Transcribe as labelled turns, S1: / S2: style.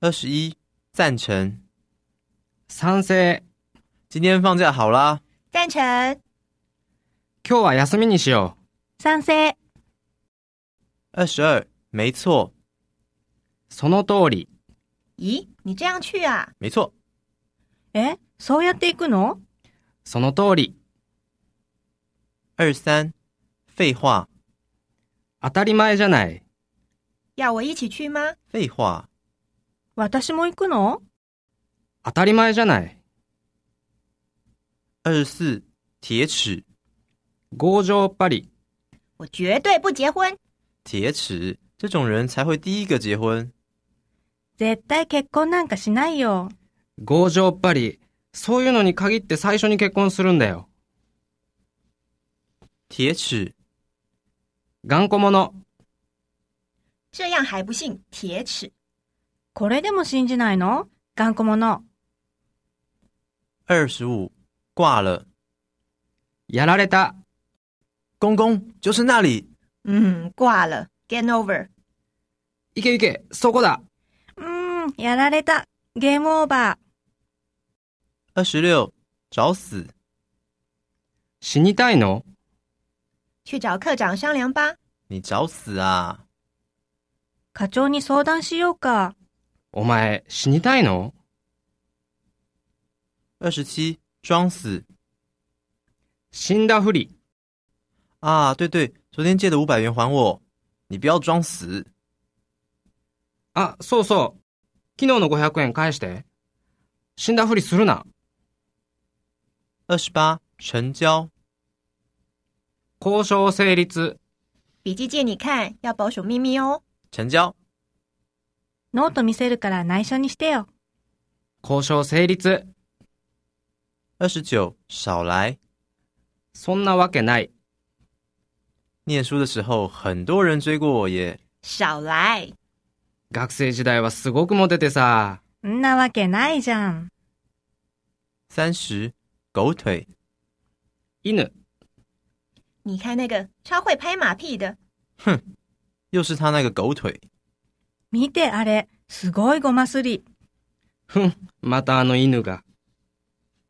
S1: 二十一，赞成。
S2: 賛成。
S1: 今天放假好啦，
S3: 赞成、
S2: 今日は休みにしよ
S3: 賛成、
S1: 二十二，没错，
S2: う。その通り。
S3: 咦，你这样去啊？
S1: 没错。
S3: え、そうやって行くの
S2: その通り。
S1: 二三，废话，
S2: 当たり前じゃない。
S3: 要我一起去吗？
S1: 废话。
S3: 私も行くの
S2: 当たり前じゃない。
S1: 二十四，铁齿，
S2: 強情っぱり。
S3: 我绝对不结婚。
S1: 铁齿，这种人才会第一个结婚。
S3: 絶対結婚なんかしないよ。
S2: 強情っぱり。そういうのに限って最初に結婚するんだよ。
S1: 铁齿，
S2: 頑固者。
S3: 这样还不信铁齿。これでも信じないの頑固者。
S1: 二十五，挂了。
S2: やられた。
S1: 公公，就是那里。
S3: 嗯，挂了。Game over。
S2: いけいけ、そこだ。
S3: うん、やられた。ゲームオーバー。
S1: 二十六，找死。
S2: 死にたいの
S3: 去找科长商量吧。
S1: 你找死啊！
S3: 課長に相談しようか。
S2: お前、死にたいの
S1: 二十七，装死
S2: 死んだふり。
S1: 啊！对对，昨天借的五百元还我。你不要装死。
S2: あ、そうそう。昨日の500円返して。死んだふりするな。
S1: 二十八，成交。
S2: 交渉成立。
S3: 笔记借你看，要保守秘密哦。
S1: 成交。
S3: ノート見せるから内緒にしてよ。
S2: 交渉成立。
S1: 二十九，少来。
S2: そんなわけない。
S1: 念书的时候，很多人追过我耶。
S3: 少来。
S2: 学生時代はすごくモテてさ。
S3: んなわけないじゃん。
S1: 三十，狗腿。
S2: 犬。
S3: 你看那个超会拍马屁的，
S1: 又是他那个狗腿。
S3: 見てあれ、すごいごますり。
S2: ふん。またあの犬が。